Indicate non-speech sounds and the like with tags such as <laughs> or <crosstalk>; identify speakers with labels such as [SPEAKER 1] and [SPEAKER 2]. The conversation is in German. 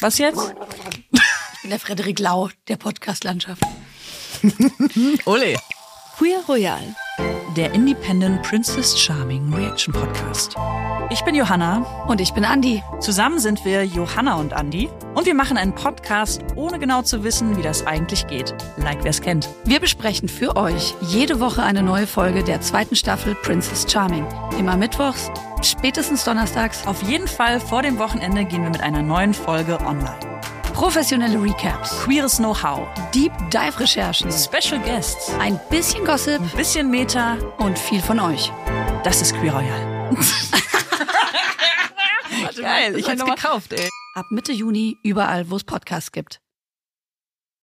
[SPEAKER 1] Was jetzt?
[SPEAKER 2] Ich bin der Frederik Lau der Podcast-Landschaft.
[SPEAKER 1] Ole.
[SPEAKER 3] Queer Royal.
[SPEAKER 1] Der Independent Princess Charming Reaction Podcast. Ich bin Johanna.
[SPEAKER 2] Und ich bin Andi.
[SPEAKER 1] Zusammen sind wir Johanna und Andi. Und wir machen einen Podcast, ohne genau zu wissen, wie das eigentlich geht. Like wer es kennt.
[SPEAKER 2] Wir besprechen für euch jede Woche eine neue Folge der zweiten Staffel Princess Charming. Immer mittwochs, spätestens donnerstags.
[SPEAKER 1] Auf jeden Fall vor dem Wochenende gehen wir mit einer neuen Folge online.
[SPEAKER 2] Professionelle Recaps,
[SPEAKER 1] Queeres Know-how,
[SPEAKER 2] Deep Dive-Recherchen,
[SPEAKER 1] Special Guests,
[SPEAKER 2] ein bisschen Gossip
[SPEAKER 1] ein bisschen Meta.
[SPEAKER 2] und viel von euch.
[SPEAKER 1] Das ist Queer Royal. <laughs>
[SPEAKER 2] Warte,
[SPEAKER 1] Geil, ich
[SPEAKER 2] das
[SPEAKER 1] hätte
[SPEAKER 2] hat's
[SPEAKER 1] gekauft, ey.
[SPEAKER 2] Ab Mitte Juni überall, wo es Podcasts gibt.